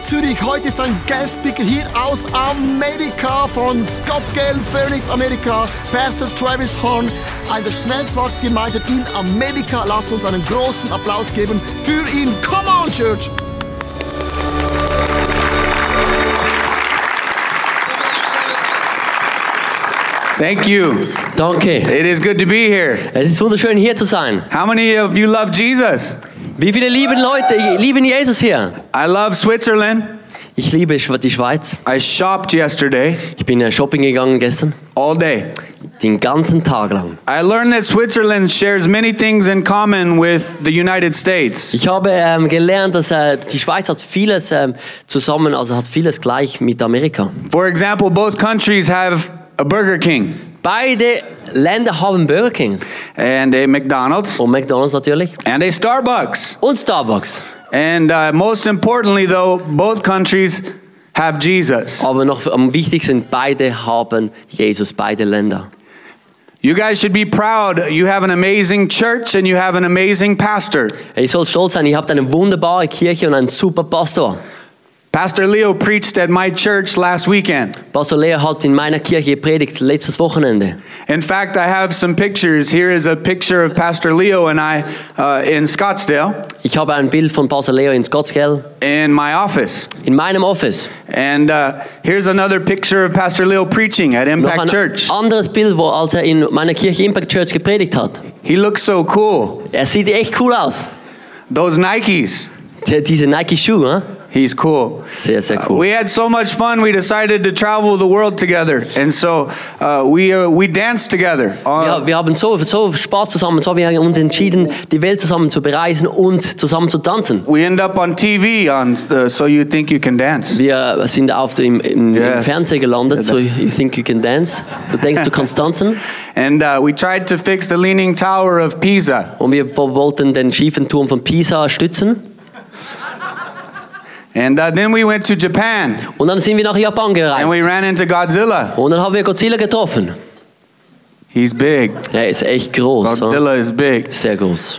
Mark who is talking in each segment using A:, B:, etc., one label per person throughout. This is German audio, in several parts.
A: Zürich. Heute ist ein Guest-Speaker hier aus Amerika von Scott Gale, Phoenix, Amerika. Pastor Travis Horn, eine der schnellst wachsenden Gemeinden in Amerika. Lasst uns einen großen Applaus geben für ihn. Come on, Church!
B: Thank you.
C: Danke.
B: It is good to be here.
C: Es ist wunderschön hier zu sein.
B: How many of you love Jesus?
C: Wie viele lieben Leute lieben Jesus hier?
B: I love Switzerland.
C: Ich liebe Schwe- die Schweiz.
B: I shopped yesterday
C: Ich bin äh, shopping gegangen gestern,
B: all day.
C: den ganzen Tag lang.
B: I learned that Switzerland shares many things in common with the United States.
C: Ich habe ähm, gelernt, dass äh, die Schweiz hat vieles ähm, zusammen, also hat vieles gleich mit Amerika.
B: For example, both countries have a Burger King
C: Beide Länder haben Burger King
B: and a McDonald's
C: und McDonald's natürlich
B: and a Starbucks.
C: und Starbucks.
B: And uh, most importantly, though, both countries have Jesus.
C: Aber noch am wichtigsten, beide haben Jesus, beide Länder.
B: You guys should be proud. You have an amazing church and you have an amazing pastor.
C: Ihr sollt stolz sein, ihr habt eine wunderbare Kirche und einen super Pastor.
B: Pastor Leo preached at my church last weekend.
C: Pastor Leo hat in meiner Kirche gepredigt letztes Wochenende.
B: In fact, I have some pictures. Here is a picture of Pastor Leo and I uh, in Scottsdale
C: Ich habe ein Bild von Pastor Leo in Scottsdale
B: in my office.
C: in meinem Office.
B: And uh, here's another picture of Pastor Leo preaching at
C: Noch
B: Impact
C: ein
B: Church.
C: anderes Bild, wo als er in meiner Kirche Impact Church gepredigt hat.
B: He looks so cool.
C: Er sieht echt cool aus.
B: Those Nikes,
C: Der, diese Nike Schuhe, hm?
B: he's cool.
C: sehr sehr
B: We
C: cool.
B: had so much fun. We decided to travel the world together, and so uh, we uh, we danced together.
C: Wir,
B: Uh,
C: wir haben so so Spaß zusammen, so haben wir uns entschieden, die Welt zusammen zu bereisen und zusammen zu tanzen.
B: we end up on TV on uh, So You Think You Can Dance.
C: Wir sind auf dem im, im
B: Yes.
C: Fernsehen gelandet, so you think you can dance. Du denkst, du kannst tanzen.
B: And uh, we tried to fix the Leaning Tower of Pisa,
C: Und wir wollten den schiefen Turm von Pisa stützen.
B: and uh, then we went to Japan,
C: Und dann sind wir nach Japan
B: and
C: gereist.
B: we ran into Godzilla.
C: Und dann haben wir Godzilla getroffen.
B: He's big.
C: Er ist echt groß. Oder?
B: Godzilla is big,
C: Sehr groß.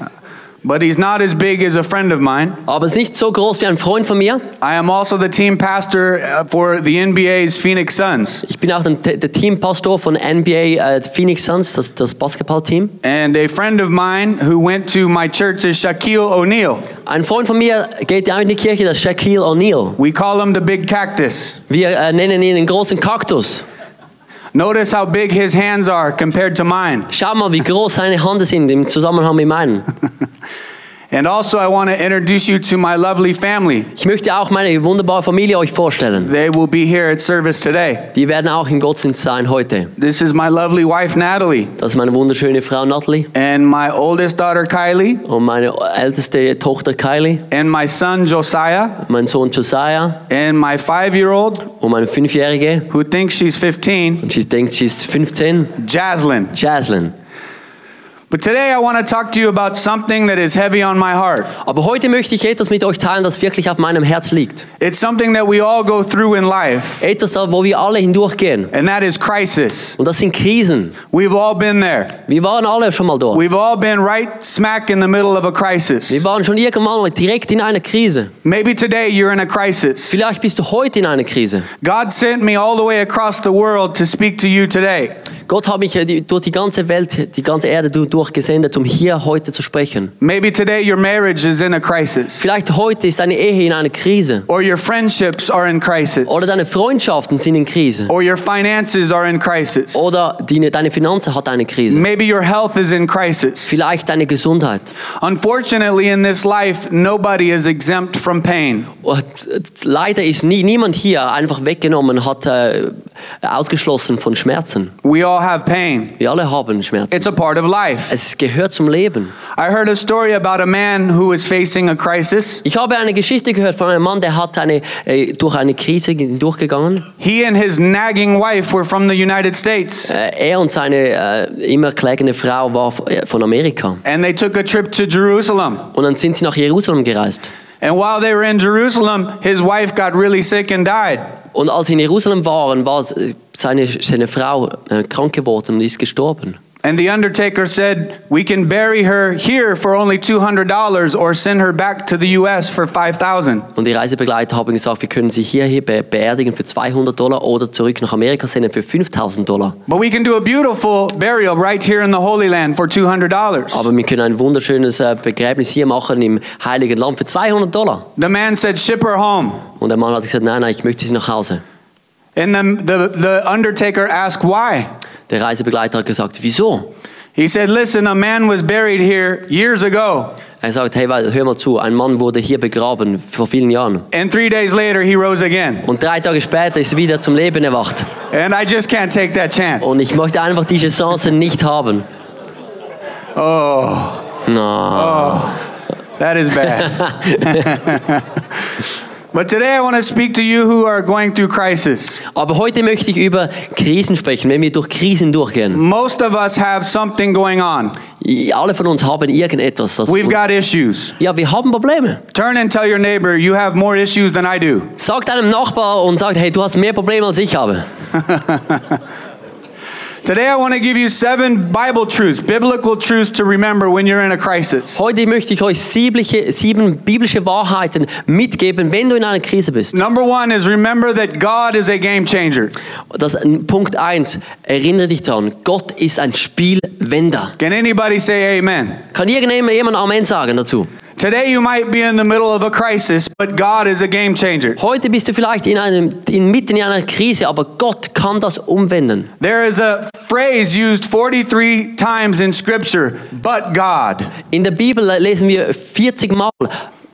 B: but he's not as big as a friend of mine.
C: Aber ist nicht so groß wie ein Freund von mir.
B: I am also the team pastor uh, for the NBA's Phoenix Suns
C: Ich bin auch den- der Teampastor von NBA äh, Phoenix Suns, das, das Basketballteam.
B: and a friend of mine who went to my church is Shaquille O'Neal.
C: Ein Freund von mir geht auch in die Kirche, das ist Shaquille O'Neal.
B: We call him the Big Cactus.
C: Wir äh, nennen ihn den großen Kaktus.
B: Notice how big his hands are compared to mine.
C: Schau mal, wie groß seine Hände sind im Zusammenhang mit meinen.
B: And also, I want to introduce you to my lovely family.
C: Ich möchte auch meine wunderbare Familie euch vorstellen.
B: They will be here at service today.
C: Die werden auch im Gottesdienst sein heute.
B: This is my lovely wife, Natalie,
C: Das ist meine wunderschöne Frau Natalie
B: and my oldest daughter, Kylie,
C: und meine älteste Tochter Kylie,
B: and my son, Josiah,
C: mein Sohn Josiah
B: and my five year old,
C: und meine Fünfjährige.
B: who thinks she's 15,
C: Und sie denkt, sie ist 15,
B: Jaslyn.
C: Jaslyn.
B: But today, I want to talk to you about something that is heavy on my heart.
C: Aber heute möchte ich etwas mit euch teilen, das wirklich auf meinem Herz liegt.
B: It's something that we all go through in life,
C: Etwas, wo wir alle hindurchgehen.
B: and that is crisis.
C: Und das sind Krisen.
B: We've all been there.
C: Wir waren alle schon mal dort.
B: We've all been right smack in the middle of a crisis.
C: Wir waren schon irgendwann mal direkt in einer Krise.
B: Maybe today you're in a crisis.
C: Vielleicht bist du heute in einer Krise.
B: God sent me all the way across the world to speak to you today.
C: Gott hat mich äh, die- durch die ganze Welt, die ganze Erde du- durchgesendet, um hier heute zu sprechen.
B: Maybe today your marriage is in a crisis,
C: Vielleicht heute ist deine Ehe in einer Krise.
B: or your friendships are in crisis,
C: Oder deine Freundschaften sind in Krise.
B: or your finances are in crisis.
C: Oder deine, deine Finanzen hat eine Krise.
B: Maybe your health is in crisis.
C: Vielleicht deine Gesundheit.
B: Unfortunately, in this life, nobody is exempt from pain.
C: Und äh, leider ist nie, niemand hier einfach weggenommen, hat äh, ausgeschlossen von Schmerzen.
B: We all have pain,
C: Wir alle haben Schmerzen.
B: it's a part of life.
C: Es gehört zum Leben.
B: I heard a story about a man who was facing a crisis.
C: Ich habe eine Geschichte gehört von einem Mann, der hat eine, äh, durch eine Krise ge- durchgegangen.
B: He and his nagging wife were from the United States,
C: Äh, er und seine äh, immer klagende Frau war f- äh, von Amerika.
B: and they took a trip to Jerusalem.
C: Und dann sind sie nach Jerusalem gereist.
B: And while they were in Jerusalem, his wife got really sick and died.
C: Und als sie in Jerusalem waren, war äh, seine, seine Frau äh, krank geworden und ist gestorben.
B: And the undertaker said, "We can bury her here for only $200 or send her back to the US for 5000."
C: Und die Reisebegleiter haben gesagt, wir können sie hierher be beerdigen für 200 Dollar oder zurück nach Amerika senden für 5000 Dollar.
B: But we can do a beautiful burial right here in the Holy Land for $200.
C: Aber wir können ein wunderschönes äh, Begräbnis hier machen im Heiligen Land für 200 Dollar.
B: The man said, "Ship her home."
C: Und der Mann hat gesagt, nein, nein, ich möchte sie nach Hause.
B: And the, the, the undertaker asked why.
C: Der Reisebegleiter hat gesagt, wieso?
B: He said, Listen, a man was buried here years ago,
C: Er sagt, hey, weil, hör mal zu, ein Mann wurde hier begraben vor vielen Jahren.
B: and three days later he rose again.
C: Und drei Tage später ist er wieder zum Leben erwacht.
B: And I just can't take that chance.
C: Und ich möchte einfach diese Chance nicht haben.
B: Oh,
C: Na,
B: that is bad. but today I want to speak to you who are going through crisis.
C: Aber heute möchte ich über Krisen sprechen, wenn wir durch Krisen durchgehen.
B: Most of us have something going on,
C: I- Alle von uns haben irgendetwas. Das
B: we've got issues.
C: ja, wir haben Probleme.
B: Turn and tell your neighbor, You have more issues than I do.
C: Sagt einem Nachbar und sagt, hey, du hast mehr Probleme als ich habe.
B: Today, I want to give you seven Bible truths, biblical truths to remember when you're in a crisis.
C: Heute möchte ich euch siebliche, sieben biblische Wahrheiten mitgeben, wenn du in einer Krise bist.
B: Number one is remember that God is a game changer.
C: Das, Punkt 1, erinnere dich daran, Gott ist ein Spielwender.
B: Can anybody say amen?
C: Kann irgendjemand Amen sagen dazu?
B: Today, you might be in the middle of a crisis, but God is a game changer.
C: Heute bist du vielleicht in einem, inmitten in einer Krise, aber Gott kann das umwenden.
B: There is a phrase used 43 times in Scripture, but God.
C: In der Bibel lesen wir 40 Mal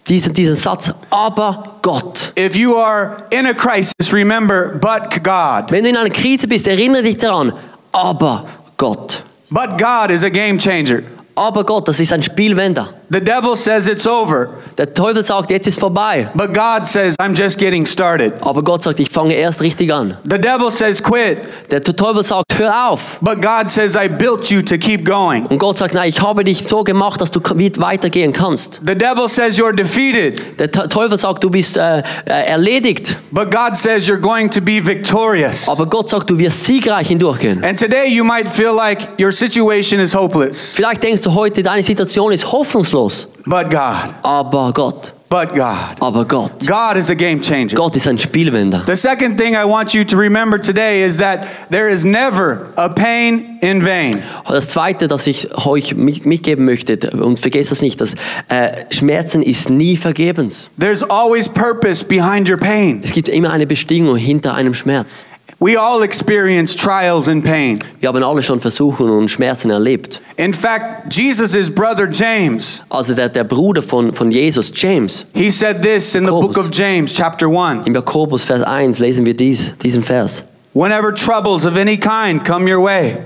C: diesen, diesen Satz, aber Gott.
B: If you are in a crisis, remember, but God.
C: Wenn du in einer Krise bist, erinnere dich daran, aber Gott.
B: But God is a game changer.
C: Aber Gott, das ist ein Spielwender.
B: The devil says it's over,
C: Der Teufel sagt, jetzt ist vorbei.
B: but God says, I'm just getting started.
C: Aber Gott sagt, ich fange erst richtig an.
B: The devil says quit,
C: Der Teufel sagt, hör auf.
B: But God says, I built you to keep going.
C: Und Gott sagt, nein, ich habe dich so gemacht, dass du weitergehen kannst.
B: The devil says you're defeated,
C: Der Te- Teufel sagt, du bist äh, äh, erledigt.
B: but God says you're going to be victorious.
C: Aber Gott sagt, du wirst siegreich hindurchgehen.
B: And today you might feel like your situation is hopeless,
C: Vielleicht denkst du heute, deine Situation ist hoffnungslos.
B: but God,
C: Aber Gott,
B: but God.
C: aber Gott.
B: God is a game changer.
C: Gott ist ein Spielwender.
B: The second thing I want you to remember today is that there is never a pain in vain.
C: Das Zweite, das ich euch mit- mitgeben möchte, und vergesst das nicht, dass äh, Schmerzen ist nie vergebens.
B: There's always purpose behind your pain.
C: Es gibt immer eine Bestimmung hinter einem Schmerz.
B: We all experience trials and pain.
C: Wir haben alle schon Versuchungen und Schmerzen erlebt.
B: In fact, Jesus' brother James,
C: Also der, der Bruder von, von Jesus, James,
B: he said this in the
C: Cool.
B: book of James, chapter 1.
C: im Jakobus Vers 1 lesen wir dies, diesen Vers.
B: Whenever troubles of any kind come your way,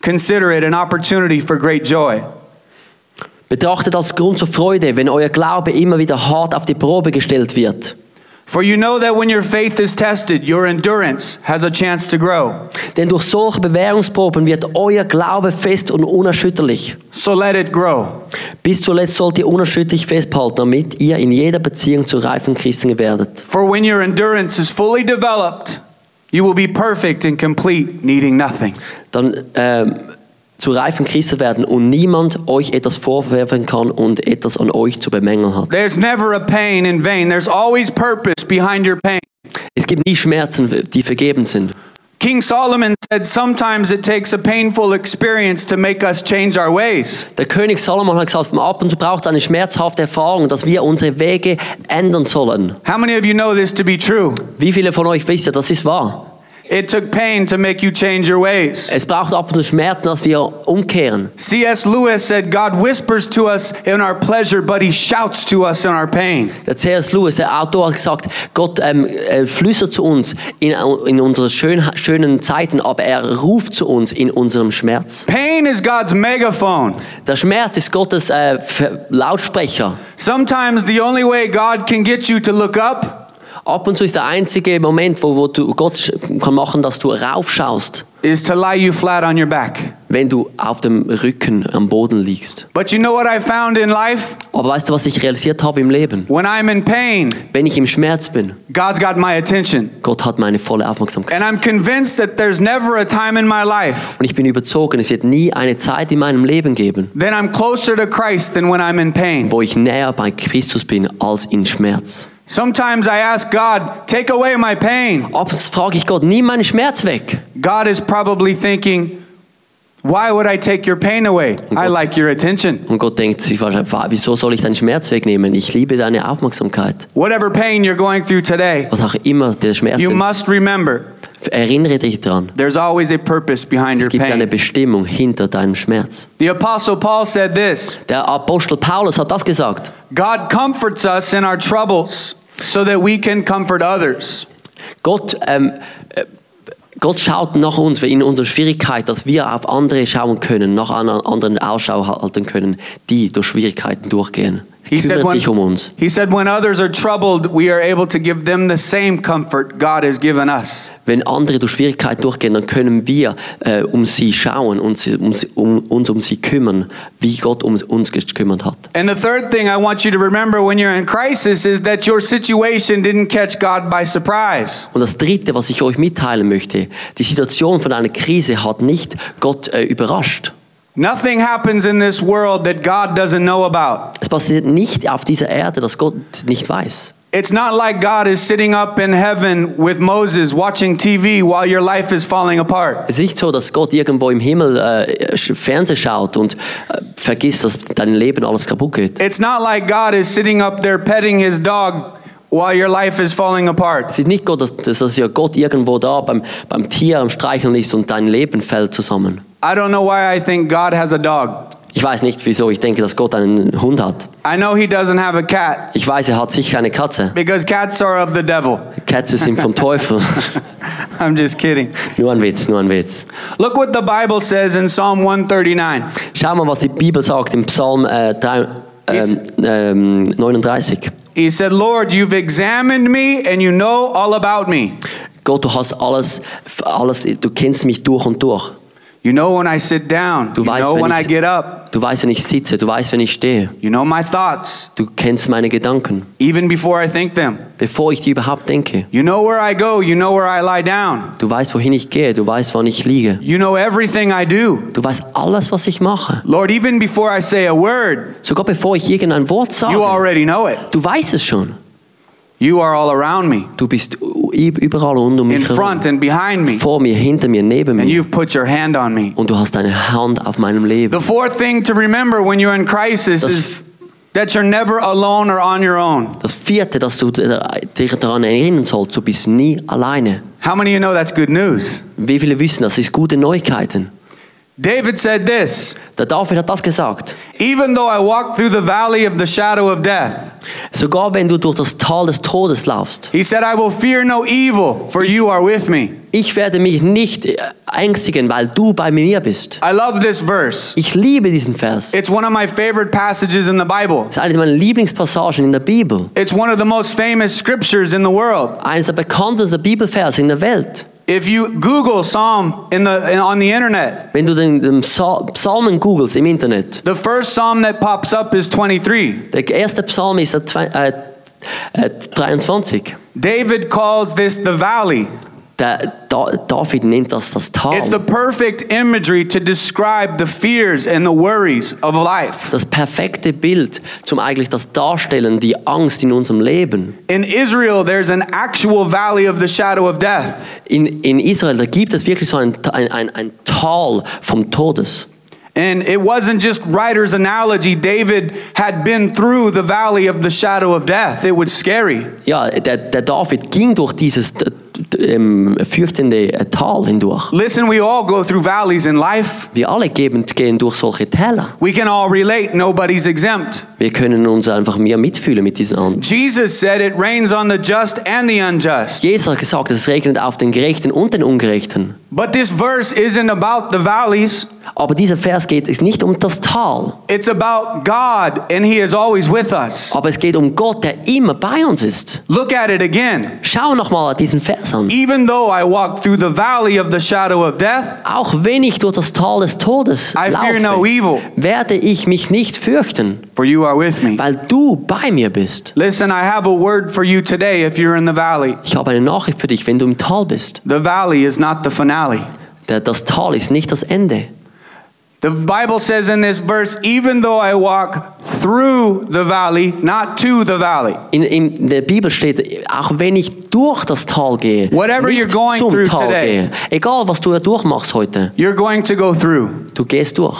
B: consider it an opportunity for great joy.
C: Betrachtet als Grund zur Freude, wenn euer Glaube immer wieder hart auf die Probe gestellt wird.
B: For you know that when your faith is tested, your endurance has a chance to grow.
C: Denn durch solche Bewährungsproben wird euer Glaube fest und unerschütterlich.
B: So let it grow.
C: Bis zuletzt sollt ihr unerschütterlich festhalten, damit ihr in jeder Beziehung zu reifen Christen werdet.
B: For when your endurance is fully developed, you will be perfect and complete, needing nothing.
C: Dann ähm, zu reifen Christen werden und niemand euch etwas vorwerfen kann und etwas an euch zu bemängeln hat.
B: There's never a pain in vain, there's always purpose behind your pain.
C: Es gibt nie Schmerzen, die vergeben sind.
B: King Solomon said, Sometimes it takes a painful experience to make us change our ways.
C: Der König Salomon hat gesagt, ab und zu braucht es eine schmerzhafte Erfahrung, dass wir unsere Wege ändern sollen.
B: How many of you know this to be true?
C: Wie viele von euch wissen, das ist wahr?
B: It took pain to make you change your ways.
C: Es braucht ab und zu Schmerzen, dass wir umkehren.
B: C.S. Lewis said, God whispers to us in our pleasure, but he shouts to us in our pain.
C: Der C.S. Lewis, der Autor, hat gesagt, Gott ähm, äh, flüstert zu uns in, in unseren schön, schönen Zeiten, aber er ruft zu uns in unserem Schmerz.
B: Pain is God's megaphone.
C: Der Schmerz ist Gottes äh, Ver- Lautsprecher.
B: Sometimes the only way God can get you to look up
C: Ab und zu ist der einzige Moment, wo, wo du Gott sch- kann machen, dass du raufschaust,
B: is to lie you flat on your back.
C: wenn du auf dem Rücken am Boden liegst.
B: But you know what I found in life?
C: Aber weißt du, was ich realisiert habe im Leben?
B: When I'm in pain,
C: Wenn ich im Schmerz bin,
B: God's got my attention.
C: Gott hat meine volle Aufmerksamkeit.
B: And I'm convinced that there's never a time in my life
C: Und ich bin überzogen, es wird nie eine Zeit in meinem Leben geben,
B: that I'm closer to Christ than when I'm in pain.
C: wo ich näher bei Christus bin als in Schmerz.
B: Sometimes I ask God, take away my pain.
C: Ab und zu frage ich Gott, nimm meinen Schmerz weg.
B: God is probably thinking, why would I take your pain away? I like your attention.
C: Und Gott denkt sich wahrscheinlich, "Wa- wieso soll ich deinen Schmerz wegnehmen? Ich liebe deine Aufmerksamkeit.
B: Whatever pain you're going through today,
C: Was auch immer der Schmerz
B: you
C: ist,
B: must remember
C: erinnere dich daran.
B: there's always a purpose behind
C: Es
B: your
C: gibt eine
B: pain.
C: Bestimmung hinter deinem Schmerz.
B: The Apostle Paul said this
C: Der Apostel Paulus hat das gesagt.
B: God comforts us in our troubles so that we can comfort others.
C: Gott, ähm, äh, Gott schaut nach uns in unserer Schwierigkeit, dass wir auf andere schauen können, nach an- anderen Ausschau halten können, die durch Schwierigkeiten durchgehen. Er
B: He said,
C: kümmert
B: when,
C: sich um uns.
B: he said, when others are troubled, we are able to give them the same comfort God has given us.
C: Wenn andere durch Schwierigkeiten durchgehen, dann können wir äh, um sie schauen und sie, um, sie- um, uns um sie kümmern, wie Gott um uns gekümmert hat.
B: And the third thing I want you to remember when you're in crisis is that your situation didn't catch God by surprise.
C: Und das Dritte, was ich euch mitteilen möchte, die Situation von einer Krise hat nicht Gott äh, überrascht.
B: Nothing happens in this world that God doesn't know about.
C: Es passiert nicht auf dieser Erde, dass Gott nicht weiß.
B: It's not like God is sitting up in heaven with Moses watching TV while your life is falling apart.
C: Es ist nicht so, dass Gott irgendwo im Himmel äh, sch- Fernsehen schaut und äh, vergisst, dass dein Leben alles kaputt geht.
B: It's not like God is sitting up there petting his dog while your life is falling apart.
C: Es ist nicht Gott, dass, dass ja Gott irgendwo da beim, beim Tier am Streicheln ist und dein Leben fällt zusammen.
B: I don't know why I think God has a dog.
C: Ich weiß nicht, wieso ich denke, dass Gott einen Hund hat.
B: I know he doesn't have a cat
C: Ich weiß, er hat sicher eine Katze.
B: because cats are of the devil.
C: Kätze sind vom Teufel.
B: I'm just kidding.
C: nur ein Witz, nur ein Witz.
B: Look what the Bible says in Psalm 139.
C: Schau mal, was die Bibel sagt im Psalm äh, drei,
B: Ist-
C: ähm, ähm, 39.
B: He said, Lord, you've examined me and you know all about me.
C: Gott, du hast alles, alles, du kennst mich durch und durch.
B: You know when I sit down.
C: Du
B: You
C: weißt,
B: know
C: wenn
B: when
C: ich-
B: I get up.
C: Du weißt, wenn ich sitze, du weißt, wenn ich stehe.
B: You know my thoughts,
C: Du kennst meine Gedanken,
B: even before I think them.
C: bevor ich die überhaupt denke.
B: You know where I go. You know where I lie down.
C: Du weißt, wohin ich gehe, du weißt, wann ich liege.
B: You know everything I do.
C: Du weißt alles, was ich mache.
B: Lord, even before I say a word,
C: Sogar bevor ich irgendein Wort
B: you
C: sage.
B: already know it.
C: Du weißt es schon.
B: You are all around me,
C: Du bist u- überall rund um
B: in
C: mich herum.
B: front and behind me,
C: Vor mir, hinter mir, neben
B: and
C: mir.
B: you've put your hand on me.
C: Und du hast deine Hand auf meinem
B: The
C: Leben.
B: fourth thing to remember when you're in crisis
C: Das-
B: is that you're never alone or on your own.
C: Das vierte, dass du d- dich daran erinnern sollst, du bist nie alleine.
B: How many of you know that's good news?
C: Wie viele wissen, das ist gute Neuigkeiten.
B: David said this
C: Der David hat das gesagt.
B: Even though I walk through the valley of the shadow of death,
C: Sogar wenn du durch das Tal des Todes laufst.
B: he said, I will fear no evil, for you are with me.
C: Ich werde mich nicht äh, ängstigen, weil du bei mir bist.
B: I love this verse.
C: Ich liebe diesen Vers. Es
B: It's one of my favorite passages in the Bible.
C: ist eine meiner Lieblingspassagen in der Bibel.
B: It's one of the most famous scriptures in the world.
C: Eines der bekanntesten Bibelverse in der Welt.
B: If you Google Psalm in the, in- on the internet,
C: Wenn du den, den Psa- Psalmen googelst im Internet,
B: the first psalm that pops up is 23.
C: der erste Psalm ist der zwei, äh, äh, 23.
B: David calls this the valley.
C: Der, da, David nennt das das
B: It's the
C: Tal.
B: perfect imagery to describe the fears and the worries of life.
C: Das perfekte Bild zum eigentlich das Darstellen, die Angst in unserem Leben.
B: In Israel, there's an actual valley of the shadow of death.
C: In, in Israel, da gibt es wirklich so ein, ein, ein, ein Tal vom Todes.
B: And it wasn't just writer's analogy. David had been through the valley of the shadow of death. It was scary.
C: Ja, der, der David ging durch dieses d- d- ähm, fürchtende äh, Tal hindurch.
B: Listen, we all go through valleys in life.
C: Wir alle geben, gehen durch solche Täler.
B: We can all relate. Nobody's exempt.
C: Wir können uns einfach mehr mitfühlen mit diesen anderen.
B: Jesus said it rains on the just and the unjust.
C: Jesus hat gesagt, es regnet auf den Gerechten und den Ungerechten.
B: But this verse isn't about the valleys.
C: Aber dieser Vers geht es nicht um das Tal,
B: It's about God, and He is always with us.
C: aber es geht um Gott, der immer bei uns ist.
B: Look at it again.
C: Schau nochmal diesen Vers an.
B: Even though I walk through the valley of the shadow of death,
C: Auch wenn ich durch das Tal des Todes
B: I fear no
C: laufe,
B: evil,
C: werde ich mich nicht fürchten,
B: for you are with me.
C: weil du bei mir bist.
B: Listen, I have a word for you today if you're in the valley.
C: Ich habe eine Nachricht für dich, wenn du im Tal bist.
B: The valley is not the finale.
C: Der- Das Tal ist nicht das Ende.
B: The Bible says in this verse, even though I walk through the valley, not to the valley.
C: In, in der Bibel steht, auch wenn ich durch das Tal gehe,
B: Whatever
C: nicht
B: you're going
C: zum
B: through
C: Tal
B: today.
C: gehe. Egal, was du ja durchmachst heute,
B: You're going to go through.
C: du gehst durch.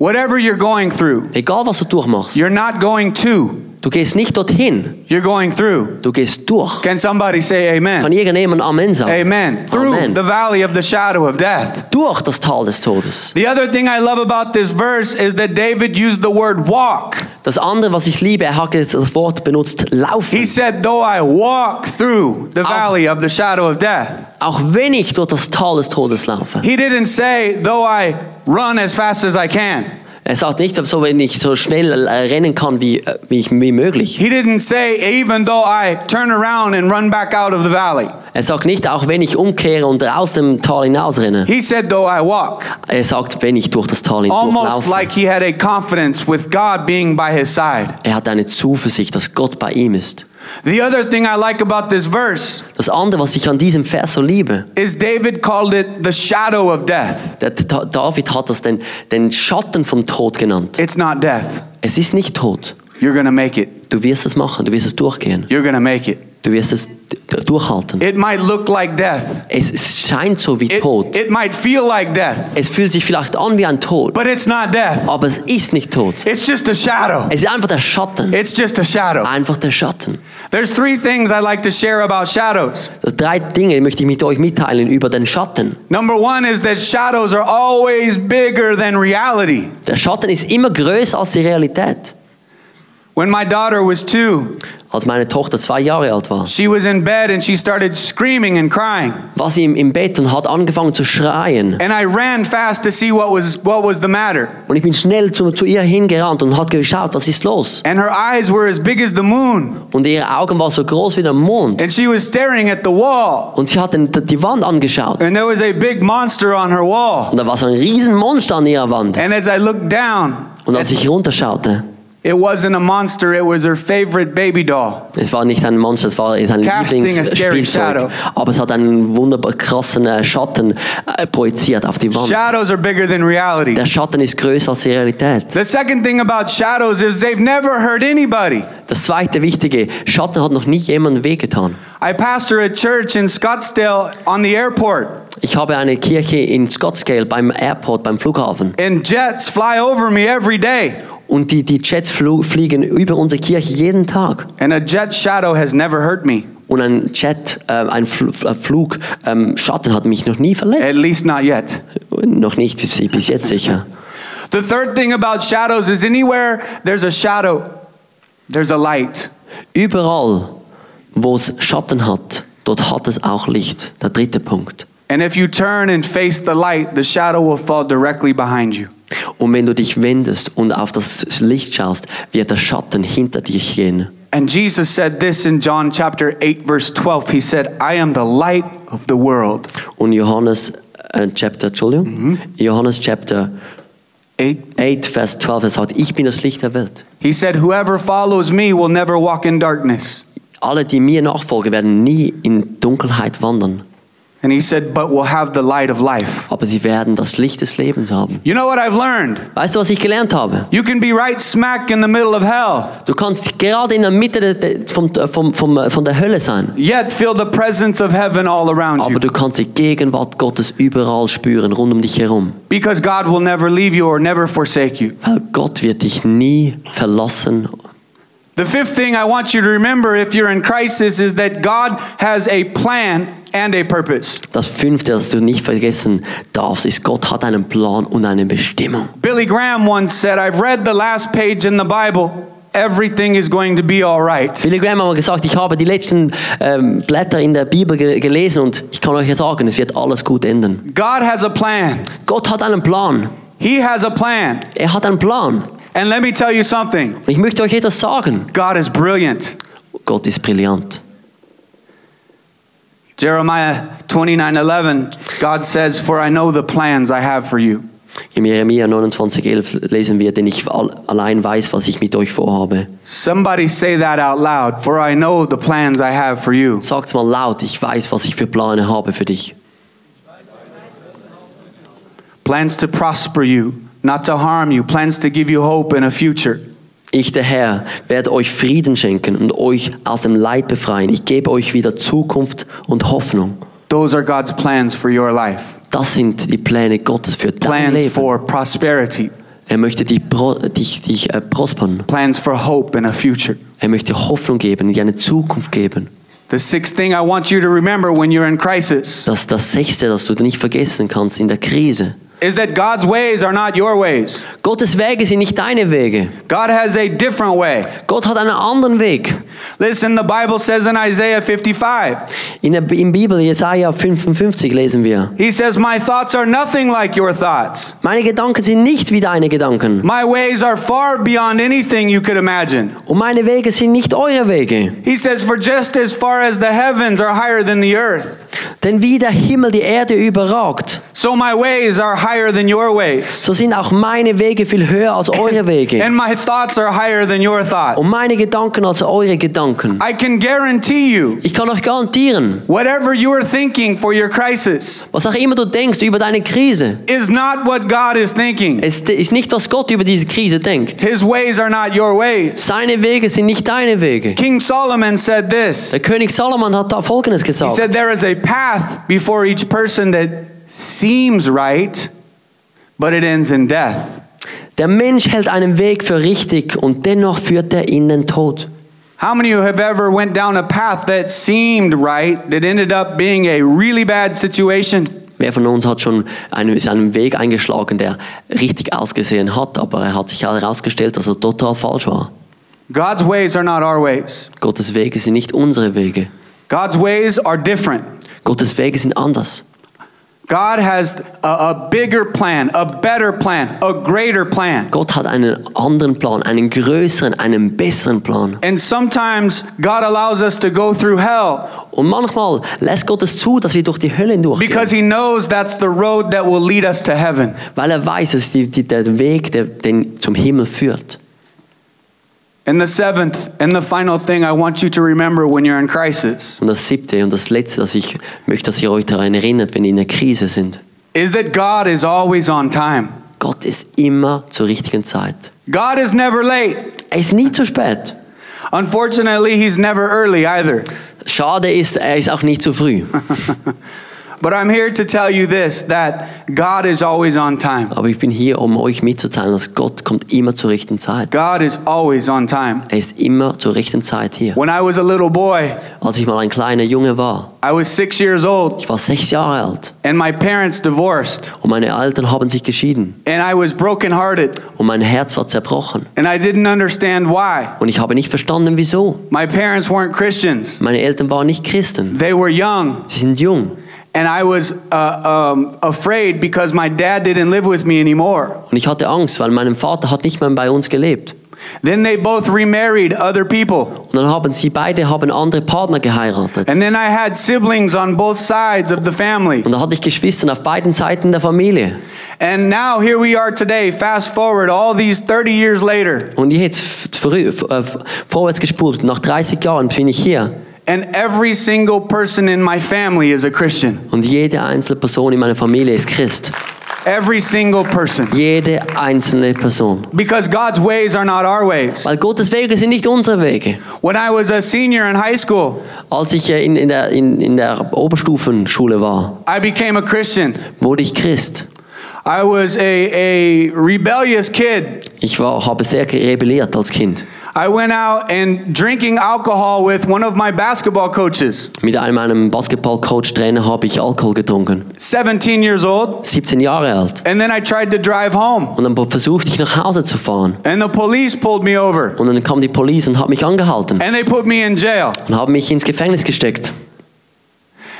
B: Whatever you're going through,
C: Egal, was du durchmachst,
B: you're not going to,
C: du gehst nicht dorthin,
B: you're going through.
C: du gehst durch.
B: Can somebody say
C: Kann
B: amen?
C: irgendjemand Amen sagen?
B: Amen. Through
C: Amen.
B: the valley of the shadow of death.
C: Durch das Tal des Todes.
B: The other thing I love about this verse is that David used the word walk.
C: Das andere, was ich liebe, er hat jetzt das Wort benutzt, laufen.
B: He said, Though I walk through the
C: Auch-
B: valley of the shadow of death.
C: Auch wenn ich durch das Tal des Todes laufe.
B: He didn't say, Though I run as fast as I can.
C: Er sagt nicht so, wenn ich so schnell äh, rennen kann, wie, äh, wie, ich, wie möglich.
B: He didn't say, even though I turn around and run back out of the valley.
C: Er sagt nicht, auch wenn ich umkehre und aus dem Tal hinausrenne.
B: He said, though I walk.
C: Er sagt, wenn ich durch das Tal
B: Almost
C: hindurchlaufe.
B: like he had a confidence with God being by his side.
C: er hat eine Zuversicht, dass Gott bei ihm ist.
B: The other thing I like about this verse
C: Das andere, was ich an diesem Vers so liebe,
B: is David called it the shadow of death.
C: der Ta- David hat das den, den Schatten vom Tod genannt.
B: It's not death.
C: Es ist nicht tot.
B: You're going to make it.
C: Du wirst es machen, du wirst es durchgehen,
B: You're going to make it.
C: du wirst es d- durchhalten.
B: It might look like death.
C: Es- Es scheint so wie
B: It,
C: tot.
B: it might feel like death,
C: Es fühlt sich vielleicht an wie ein Tod,
B: but it's not death.
C: aber es ist nicht tot.
B: It's just a shadow.
C: Es ist einfach der Schatten.
B: It's just a shadow.
C: Einfach der Schatten.
B: There's three things I like to share about shadows.
C: Das drei Dinge möchte ich mit euch mitteilen über den Schatten.
B: Number one is that shadows are always bigger than reality.
C: Der Schatten ist immer größer als die Realität.
B: When my daughter was two,
C: Als meine Tochter zwei Jahre alt war,
B: she was in bed and she started screaming and crying.
C: war sie im, im Bett und hat angefangen zu schreien.
B: And I ran fast to see what was, what was the matter.
C: Und ich bin schnell zu, zu ihr hingerannt und hat geschaut, was ist los.
B: And her eyes were as big as the moon.
C: Und ihre Augen waren so groß wie der Mond.
B: And she was staring at the wall.
C: Und sie hat den, die Wand angeschaut.
B: And there was a big monster on her wall.
C: Und da war so ein Riesenmonster an ihrer Wand.
B: And as I looked down,
C: Und als ich runterschaute,
B: it wasn't a monster, it was her favorite baby doll.
C: es war nicht ein Monster, es war sein
B: Casting a scary shadow.
C: Lieblingsspielzeug. Aber es hat einen wunderbar krassen äh, Schatten äh, projiziert auf die Wand.
B: Shadows are bigger than reality.
C: Der Schatten ist größer als die Realität.
B: The second thing about shadows is they've never hurt anybody.
C: Das zweite Wichtige, Schatten hat noch nie jemandem wehgetan.
B: I pastor a church in Scottsdale on the airport,
C: Ich habe eine Kirche in Scottsdale beim Airport, beim Flughafen.
B: and jets fly over me every day,
C: Und die, die Jets flu- fliegen über unsere Kirche jeden Tag.
B: and a jet shadow has never hurt me,
C: Und ein Jet, äh, ein Fl äh, Flug, ähm, Schatten hat mich noch nie
B: at
C: verletzt.
B: least not yet.
C: noch nicht, bis, bis jetzt sicher.
B: The third thing about shadows is anywhere there's a shadow, there's a light.
C: Überall, wo es Schatten hat, dort hat es auch Licht. Der dritte Punkt.
B: And if you turn and face the light, the shadow will fall directly behind you.
C: Und wenn du dich wendest und auf das Licht schaust, wird der Schatten hinter dich gehen.
B: And Jesus said this in John chapter 8 verse 12. He said, "I am the light of the world."
C: Und Johannes äh, Chapter, Entschuldigung, Johannes Chapter
B: 8
C: 8, Vers 12, er sagt, ich bin das Licht der Welt.
B: He said, "Whoever follows me will never walk in darkness."
C: Alle, die mir nachfolgen, werden nie in Dunkelheit wandern,
B: And he said, But we'll have the light of life.
C: aber sie werden das Licht des Lebens haben.
B: You know what I've learned?
C: Weißt du, was ich gelernt habe?
B: You can be right smack in the middle of hell,
C: Du kannst gerade in der Mitte de, de, vom, vom, vom, äh, von der Hölle sein,
B: yet feel the presence of heaven all around
C: aber
B: you.
C: du kannst die Gegenwart Gottes überall spüren, rund um dich herum.
B: Because God will never leave you or never forsake you.
C: Weil Gott wird dich nie verlassen.
B: The fifth thing I want you to remember if you're in crisis is that God has a plan and a purpose.
C: Das Fünfte, das du nicht vergessen darfst, ist, Gott hat einen Plan und eine Bestimmung.
B: Billy Graham once said, I've read the last page in the Bible, everything is going to be all right.
C: Billy Graham hat mal gesagt, ich habe die letzten ähm, Blätter in der Bibel ge gelesen und ich kann euch ja sagen, es wird alles gut enden.
B: God has a plan,
C: Gott hat einen Plan.
B: He has a plan.
C: Er hat einen Plan. Und
B: And let me tell you something
C: ich möchte euch etwas sagen.
B: God is brilliant.
C: Gott ist brillant.
B: Jeremiah 29 11, God says, For I know the plans I have for you.
C: Im Jeremia 29,11 lesen wir, denn ich all- allein weiß, was ich mit euch vorhabe.
B: Somebody say that out loud. For I know the plans I have for you.
C: Sagt's mal laut, ich weiß, was ich für Pläne habe für dich.
B: Plans to prosper you, not to harm you. Plans to give you hope and a future.
C: Ich, der Herr, werde euch Frieden schenken und euch aus dem Leid befreien. Ich gebe euch wieder Zukunft und Hoffnung.
B: Those are God's plans for your life.
C: Das sind die Pläne Gottes für dein
B: Plans
C: Leben.
B: for prosperity.
C: Er möchte dich, pro, dich, dich äh, prospern.
B: Plans for hope and a future.
C: Er möchte Hoffnung geben, dir eine Zukunft geben.
B: The sixth thing I want you to remember when you're in crisis
C: Das ist das Sechste, das du nicht vergessen kannst in der Krise.
B: is that God's ways are not your ways.
C: Gottes Wege sind nicht deine Wege.
B: God has a different way.
C: Gott hat einen anderen Weg.
B: Listen, the Bible says in Isaiah 55,
C: In der Bi- in Bibel, Jesaja 55, lesen wir:
B: He says, My thoughts are nothing like your thoughts.
C: Meine Gedanken sind nicht wie deine Gedanken.
B: My ways are far beyond anything you could imagine.
C: Und meine Wege sind nicht eure Wege.
B: He says, For just as far as the heavens are higher than the earth,
C: Denn wie der Himmel die Erde überragt,
B: so my ways are higher than your ways,
C: so sind auch meine Wege viel höher als eure Wege.
B: and my thoughts are higher than your
C: Und
B: thoughts.
C: meine Gedanken als eure Gedanken.
B: I can guarantee you,
C: Ich kann euch garantieren,
B: whatever you are thinking for your crisis
C: was auch immer du denkst über deine Krise,
B: is not what God is thinking.
C: es ist nicht, was Gott über diese Krise denkt.
B: His ways are not your ways.
C: Seine Wege sind nicht deine Wege.
B: King Solomon said this
C: Der König Salomon hat da Folgendes
B: He
C: gesagt.
B: said, There is a path before each person that seems right, but it ends in death.
C: Der Mensch hält einen Weg für richtig und dennoch führt er in den Tod.
B: How many of you have ever went down a path that seemed right that ended up being a really bad situation?
C: Wer von uns hat schon einen, ist einen Weg eingeschlagen, der richtig ausgesehen hat, aber er hat sich herausgestellt, dass er total falsch war.
B: God's ways are not our ways.
C: Gottes Wege sind nicht unsere Wege.
B: God's ways are different.
C: Gottes Wege sind anders.
B: God has a, a bigger plan, a better plan, a greater plan.
C: Gott hat einen anderen Plan, einen größeren, einen besseren Plan.
B: And sometimes God allows us to go through hell
C: Und manchmal lässt Gott es zu, dass wir durch die Hölle
B: because
C: hindurchgehen,
B: He knows that's the road that will lead us to heaven.
C: weil er weiß, dass die, die, der Weg, der den zum Himmel führt.
B: And the seventh and the final thing I want you to remember when you're in crisis
C: Und das siebte und das letzte, dass ich möchte, dass ihr euch daran erinnert, wenn ihr in der Krise sind.
B: is that God is always on time.
C: Gott ist immer zur richtigen Zeit.
B: God is never late.
C: Er ist nie zu spät.
B: Unfortunately, He's never early either.
C: Schade ist, er ist auch nicht zu früh.
B: But I'm here to tell you this that God is always on time.
C: Aber ich bin hier, um euch mitzuteilen, dass Gott kommt immer zur richtigen Zeit.
B: God is always on time.
C: Er ist immer zur richtigen Zeit hier.
B: When I was a little boy,
C: Als ich mal ein kleiner Junge war,
B: I was six years old,
C: ich war sechs Jahre alt
B: and my parents divorced,
C: und meine Eltern haben sich geschieden
B: and I was brokenhearted.
C: und mein Herz war zerbrochen.
B: And I didn't understand why.
C: Und ich habe nicht verstanden, wieso.
B: My parents weren't Christians.
C: Meine Eltern waren nicht Christen.
B: They were young.
C: Sie sind jung.
B: And I was uh, um, afraid because my dad didn't live with me anymore.
C: Und ich hatte Angst, weil mein Vater hat nicht mehr bei uns gelebt.
B: Then they both remarried other people.
C: Und dann haben sie beide haben andere Partner geheiratet.
B: And then I had siblings on both sides of the family.
C: Und da hatte ich Geschwister auf beiden Seiten der Familie.
B: And now here we are today, fast forward all these 30 years later.
C: Und jetzt vorü- f- äh, f- vorwärts gespult, nach 30 Jahren bin ich hier.
B: And every single person in my family is a Christian.
C: Und jede einzelne Person in meiner Familie ist Christ.
B: Every single person.
C: Jede einzelne Person.
B: Because God's ways are not our ways.
C: Weil Gottes Wege sind nicht unsere Wege.
B: When I was a senior in high school,
C: Als ich äh, in, in, der, in, in der Oberstufenschule war,
B: I became a Christian.
C: wurde ich Christ.
B: I was a, a rebellious kid.
C: Ich war, habe sehr rebelliert als Kind.
B: I went out and drinking alcohol with one of my basketball coaches,
C: Mit einem meinem Basketball-Coach-Trainer habe ich Alkohol getrunken.
B: 17 years old.
C: 17 Jahre alt.
B: And then I tried to drive home,
C: Und dann versuchte ich nach Hause zu fahren.
B: and the police pulled me over,
C: Und dann kam die Polizei und hat mich angehalten
B: and they put me in jail.
C: und haben mich ins Gefängnis gesteckt.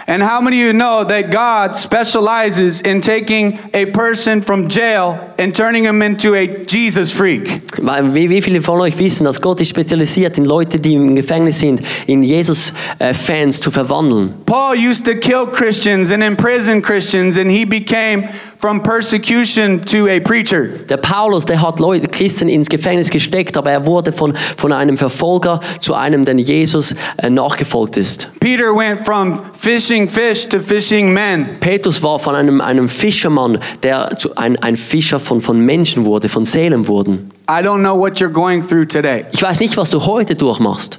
B: And how many of you know that God specializes in taking a person from jail and turning him into a Jesus freak?
C: Weil, Wie, wie viele von euch wissen, dass Gott ist spezialisiert in Leute, die im Gefängnis sind, in Jesus-Fans zu verwandeln?
B: Paul used to kill Christians and imprison Christians, and he became from persecution to a preacher.
C: Der Paulus, der hat Leute, Christen ins Gefängnis gesteckt, aber er wurde von, von einem Verfolger zu einem, der Jesus äh, nachgefolgt ist.
B: Peter went from fishing fish to fishing men.
C: Petrus war von einem, einem Fischermann, der zu ein, ein Fischer von, von Menschen wurde, von Seelen wurden.
B: I don't know what you're going through today,
C: Ich weiß nicht, was du heute durchmachst,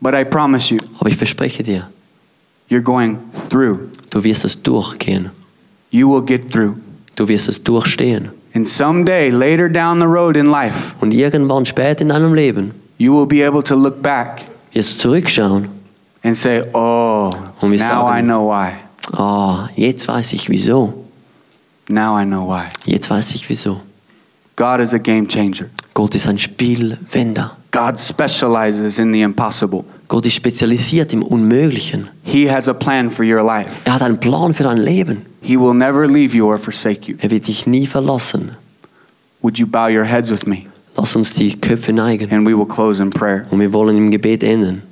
B: but I promise you,
C: aber ich verspreche dir,
B: you're going through.
C: du wirst es durchgehen.
B: You will get through.
C: Du wirst es durchstehen.
B: And someday, later down the road in life,
C: Und irgendwann spät in deinem Leben
B: you will be able to look back
C: wirst du zurückschauen
B: and say, Oh,
C: Und wir
B: now
C: sagen-
B: I know why.
C: Ah, jetzt weiß ich wieso.
B: Now I know why.
C: Jetzt weiß ich wieso.
B: God is a game changer.
C: Gott ist ein Spielwender.
B: God specializes in the impossible.
C: Gott ist spezialisiert im Unmöglichen.
B: He has a plan for your life.
C: Er hat einen Plan für dein Leben.
B: He will never leave you or forsake you.
C: Er wird dich nie verlassen.
B: Would you bow your heads with me?
C: Lass uns die Köpfe neigen
B: And we will close in prayer.
C: und wir wollen im Gebet enden.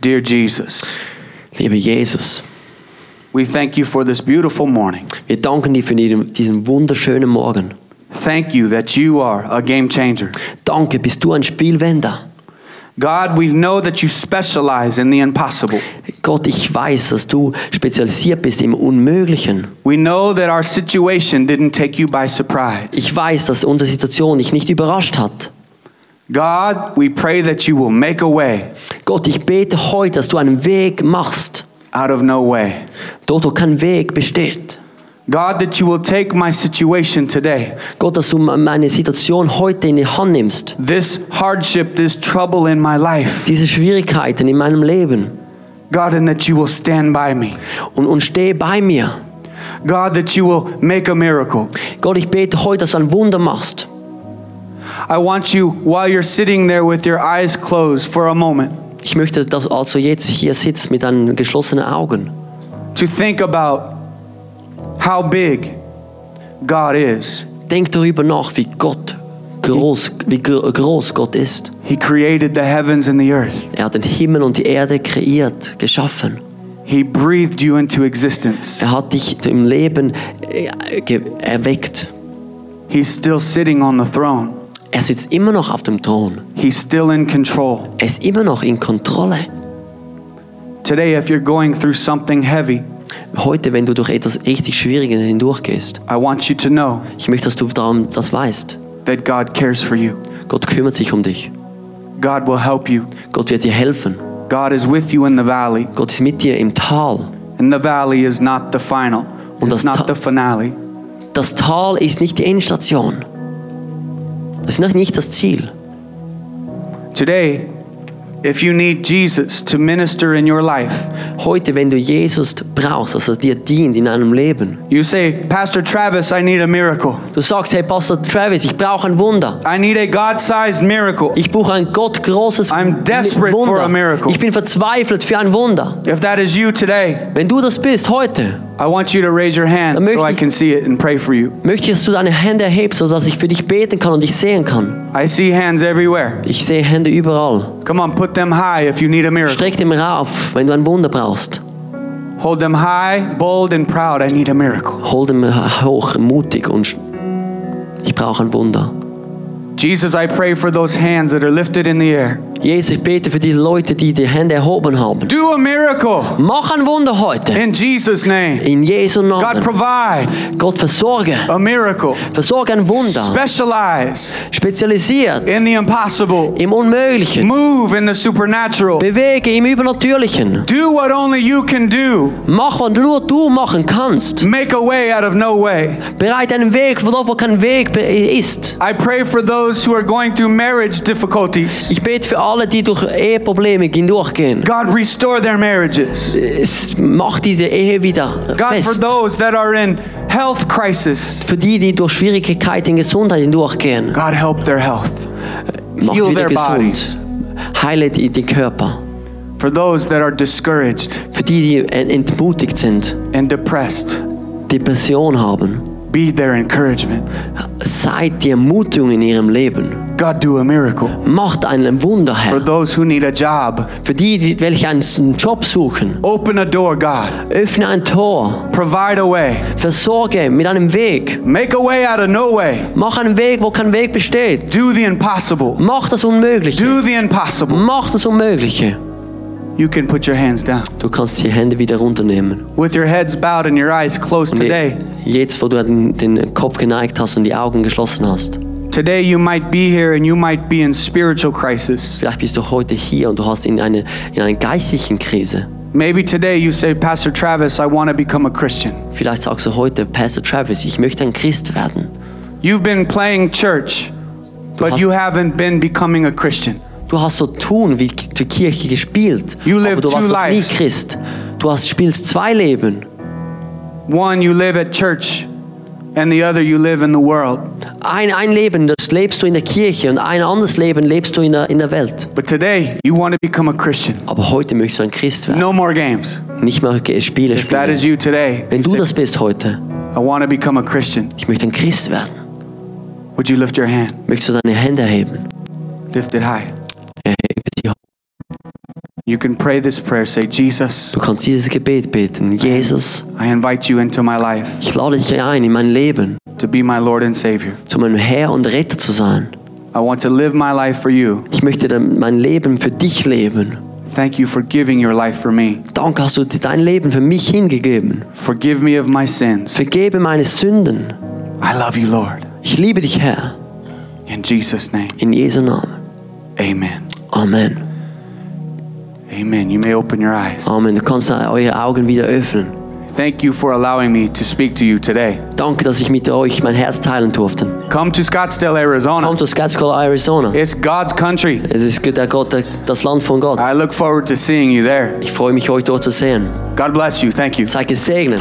B: Dear Jesus,
C: Lieber Jesus,
B: we thank you for this beautiful morning.
C: wir danken dir für diesen diesen wunderschönen Morgen.
B: Thank you that you are a game changer.
C: Danke, bist du ein Spielwender.
B: God, we know that you specialize in the impossible.
C: Gott, ich weiß, dass du spezialisiert bist im Unmöglichen.
B: We know that our situation didn't take you by surprise.
C: Ich weiß, dass unsere Situation dich nicht überrascht hat.
B: God, we pray that you will make a way
C: Gott, ich bete heute, dass du einen Weg machst,
B: out of no way.
C: dort wo kein Weg besteht.
B: God, that you will take my situation today,
C: Gott, dass du meine Situation heute in die Hand nimmst.
B: this hardship, this trouble in my life.
C: Diese Schwierigkeiten in meinem Leben.
B: God, and that you will stand by me.
C: Und, und steh bei mir.
B: God, that you will make a miracle.
C: Gott, ich bete heute, dass du ein Wunder machst.
B: I want you, while you're sitting there with your eyes closed for a moment,
C: Ich möchte, dass du also jetzt hier sitzt mit deinen geschlossenen Augen.
B: to think about how big God is.
C: Denk darüber nach, wie Gott groß, wie gro- groß Gott ist.
B: He created the heavens and the earth,
C: Er hat den Himmel und die Erde kreiert, geschaffen.
B: He breathed you into existence.
C: Er hat dich im Leben äh, ge- erweckt.
B: He's still sitting on the throne,
C: Er sitzt immer noch auf dem Thron.
B: He's still in control.
C: Er ist immer noch in Kontrolle.
B: Today, if you're going through something heavy,
C: Heute, wenn du durch etwas richtig Schwieriges hindurchgehst,
B: I want you to know
C: ich möchte, dass du darum das weißt.
B: that God cares for you.
C: Gott kümmert sich um dich.
B: God will help you.
C: Gott wird dir helfen.
B: God is with you in the valley,
C: Gott ist mit dir im Tal.
B: and the valley is not the final,
C: Und
B: it's
C: das Ta-
B: not the finale.
C: Das Tal ist nicht die Endstation. Das ist noch nicht das Ziel.
B: Today, if you need Jesus to minister in your life,
C: Heute, wenn du Jesus brauchst, dass er dir dient in deinem Leben.
B: you say, Pastor Travis, I need a miracle.
C: Du sagst, hey Pastor Travis, ich brauche ein Wunder.
B: I need a God sized miracle.
C: Ich brauche ein Gott großes
B: I'm desperate
C: Wunder.
B: for a miracle.
C: Ich bin verzweifelt für ein Wunder.
B: If that is you today,
C: Wenn du das bist heute,
B: I want you to raise your hand
C: Dann
B: so I
C: möchte-
B: can see it and pray for you.
C: möchte ich, dass du deine Hände erhebst, sodass ich für dich beten kann und dich sehen kann.
B: I see hands everywhere.
C: Ich sehe Hände überall.
B: Come on, put them high if you need a miracle.
C: Streck dem rauf, wenn du ein Wunder brauchst.
B: Hold them high, bold, and proud. I need a miracle.
C: Hol dem hoch, mutig und sch- ich brauche ein Wunder.
B: Jesus, I pray for those hands that are lifted in the air.
C: Jesus, ich bete für die Leute, die die Hände erhoben haben.
B: Do a miracle
C: Mach ein Wunder heute.
B: in Jesus' name.
C: In Jesu
B: God,
C: Namen.
B: provide
C: Gott, versorge.
B: a miracle.
C: Versorge ein Wunder.
B: Specialize
C: Spezialisiert
B: in the impossible.
C: im Unmöglichen.
B: Move in the supernatural.
C: Bewege im Übernatürlichen.
B: Do what only you can do.
C: Mach, was nur du machen kannst.
B: Make a way out of no way.
C: Bereite einen Weg, wo dort, wo kein Weg be- ist.
B: I pray for those who are going through marriage difficulties.
C: Ich bete für alle, die durch Eheprobleme hindurchgehen.
B: God, restore their marriages.
C: Es Mach diese Ehe wieder
B: God, for
C: fest.
B: those that are in health crisis,
C: Für die, die durch Schwierigkeiten in Gesundheit hindurchgehen.
B: God, help their health.
C: Mach
B: Heal their
C: wieder gesund.
B: bodies.
C: heile die, die Körper.
B: For those that are discouraged
C: Für die, die en- entmutigt sind,
B: and depressed,
C: Depression haben,
B: be their encouragement.
C: seid die Ermutigung in ihrem Leben.
B: God, do a miracle.
C: Macht einen Wunder,
B: For
C: Herr.
B: those who need a job,
C: Für die, die welche einen Job suchen,
B: open a door, God.
C: öffne ein Tor,
B: Provide a way.
C: versorge mit einem Weg.
B: Make a way out of no way.
C: Mach einen Weg, wo kein Weg besteht.
B: Do the impossible.
C: Mach das Unmögliche.
B: Do the impossible.
C: Mach das Unmögliche.
B: You can put your hands down.
C: Du kannst die Hände wieder runternehmen.
B: With your heads bowed and your eyes closed
C: Und je-
B: today,
C: Jetzt, wo du den, den Kopf geneigt hast und die Augen geschlossen hast,
B: today you might be here and you might be in spiritual crisis.
C: vielleicht bist du heute hier und du hast in eine, in einer geistlichen Krise.
B: Maybe today you say, Pastor Travis, I want to become a Christian.
C: Vielleicht sagst du heute, Pastor Travis, ich möchte ein Christ werden.
B: You've been playing church, but
C: hast-
B: you haven't been becoming a Christian.
C: Du hast so tun wie die Kirche gespielt,
B: You live
C: aber du warst
B: two
C: noch nie
B: lives.
C: Christ. Du hast, spielst zwei Leben.
B: One, you live at church, and the other, you live in the world.
C: Ein, ein Leben, das lebst du in der Kirche und ein anderes Leben lebst du in der, in der Welt.
B: But today, you want to become a Christian.
C: Aber heute möchtest du ein Christ werden.
B: No more games.
C: Nicht mehr Ge- Spiele
B: If that
C: spielen.
B: is you today,
C: Wenn
B: you
C: du
B: say,
C: das bist heute,
B: I want to become a Christian.
C: ich möchte ein Christ werden,
B: Would you lift your hand?
C: möchtest du deine Hände erheben.
B: Lift it high.
C: Erhebe Äh, sie hoch.
B: You can pray this prayer. Say, Jesus,
C: Du kannst dieses Gebet beten. Jesus,
B: I invite you into my life
C: ich lade dich ein in mein Leben,
B: to be my Lord and Savior.
C: zu meinem Herr und Retter zu sein.
B: I want to live my life for you.
C: Ich möchte dann mein Leben für dich leben.
B: Thank you for giving your life for me.
C: Danke hast du dir dein Leben für mich hingegeben.
B: Forgive me of my sins.
C: Vergebe meine Sünden.
B: I love you, Lord.
C: Ich liebe dich, Herr.
B: In Jesus' name,
C: In Jesu Namen.
B: amen.
C: Amen.
B: Amen. You may open your eyes.
C: Amen. Du kannst eure Augen wieder öffnen.
B: Thank you for allowing me to speak to you today.
C: Danke, dass ich mit euch mein Herz teilen durfte.
B: Come to Scottsdale,
C: Kommt
B: Arizona.
C: aus Scottsdale, Arizona.
B: It's God's country.
C: Es ist der Gott, der, das Land von Gott.
B: I look forward to seeing you there.
C: Ich freue mich, euch dort zu sehen.
B: God bless you. Thank you.
C: Seid gesegnet.